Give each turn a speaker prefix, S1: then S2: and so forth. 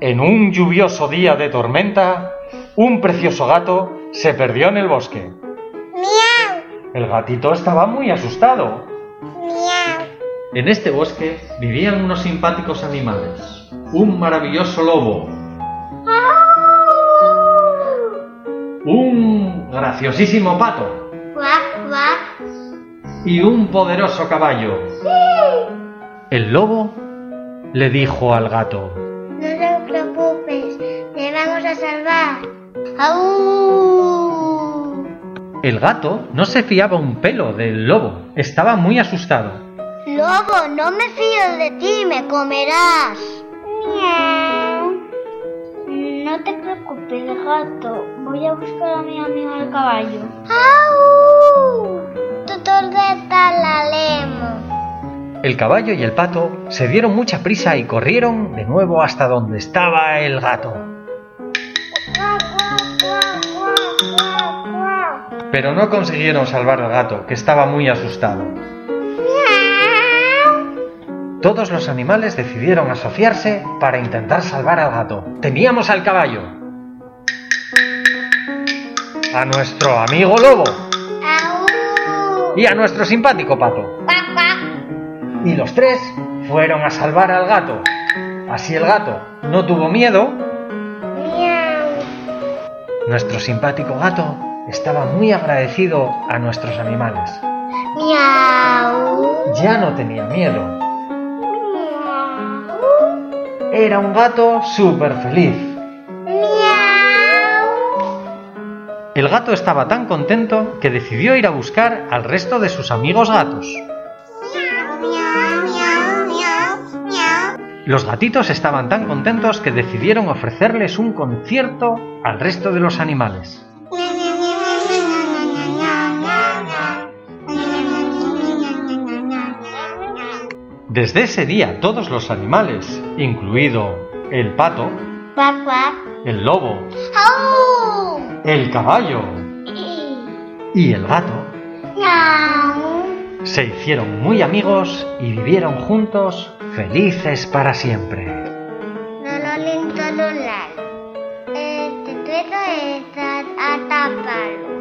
S1: En un lluvioso día de tormenta, un precioso gato se perdió en el bosque.
S2: Miau,
S1: El gatito estaba muy asustado.
S2: miau,
S1: En este bosque vivían unos simpáticos animales. Un maravilloso lobo.
S2: Oh.
S1: Un graciosísimo pato.
S2: guap, guap,
S1: Y un poderoso caballo. El lobo le dijo al gato.
S2: No te preocupes, te vamos a salvar. ¡Au!
S1: El gato no se fiaba un pelo del lobo. Estaba muy asustado.
S2: Lobo, no me fío de ti, me comerás. Miau. No te preocupes, gato. Voy a buscar a mi amigo el caballo. ¡Au! Tutor de Talalemo.
S1: El caballo y el pato se dieron mucha prisa y corrieron de nuevo hasta donde estaba el gato.
S2: Guau, guau, guau, guau, guau, guau.
S1: Pero no consiguieron salvar al gato, que estaba muy asustado.
S2: Miau.
S1: Todos los animales decidieron asociarse para intentar salvar al gato. Teníamos al caballo. A nuestro amigo lobo.
S2: ¡Au!
S1: Y a nuestro simpático pato.
S2: Guau, guau.
S1: Y los tres fueron a salvar al gato. Así el gato no tuvo miedo
S2: Miau.
S1: Nuestro simpático gato estaba muy agradecido a nuestros animales.
S2: Miau.
S1: Ya no tenía miedo.
S2: Miau.
S1: Era un gato súper feliz.
S2: Miau.
S1: El gato estaba tan contento que decidió ir a buscar al resto de sus amigos gatos.
S2: Miau, miau, miau, miau, miau.
S1: Los gatitos estaban tan contentos que decidieron ofrecerles un concierto al resto de los animales. Desde ese día todos los animales, incluido el pato,
S2: Cuac, cuac.
S1: el lobo,
S2: Au.
S1: el caballo y el gato,
S2: Miau.
S1: se hicieron muy amigos y vivieron juntos felices para siempre.
S2: Eh, Lololin, tololal. Este trueno está a taparlo.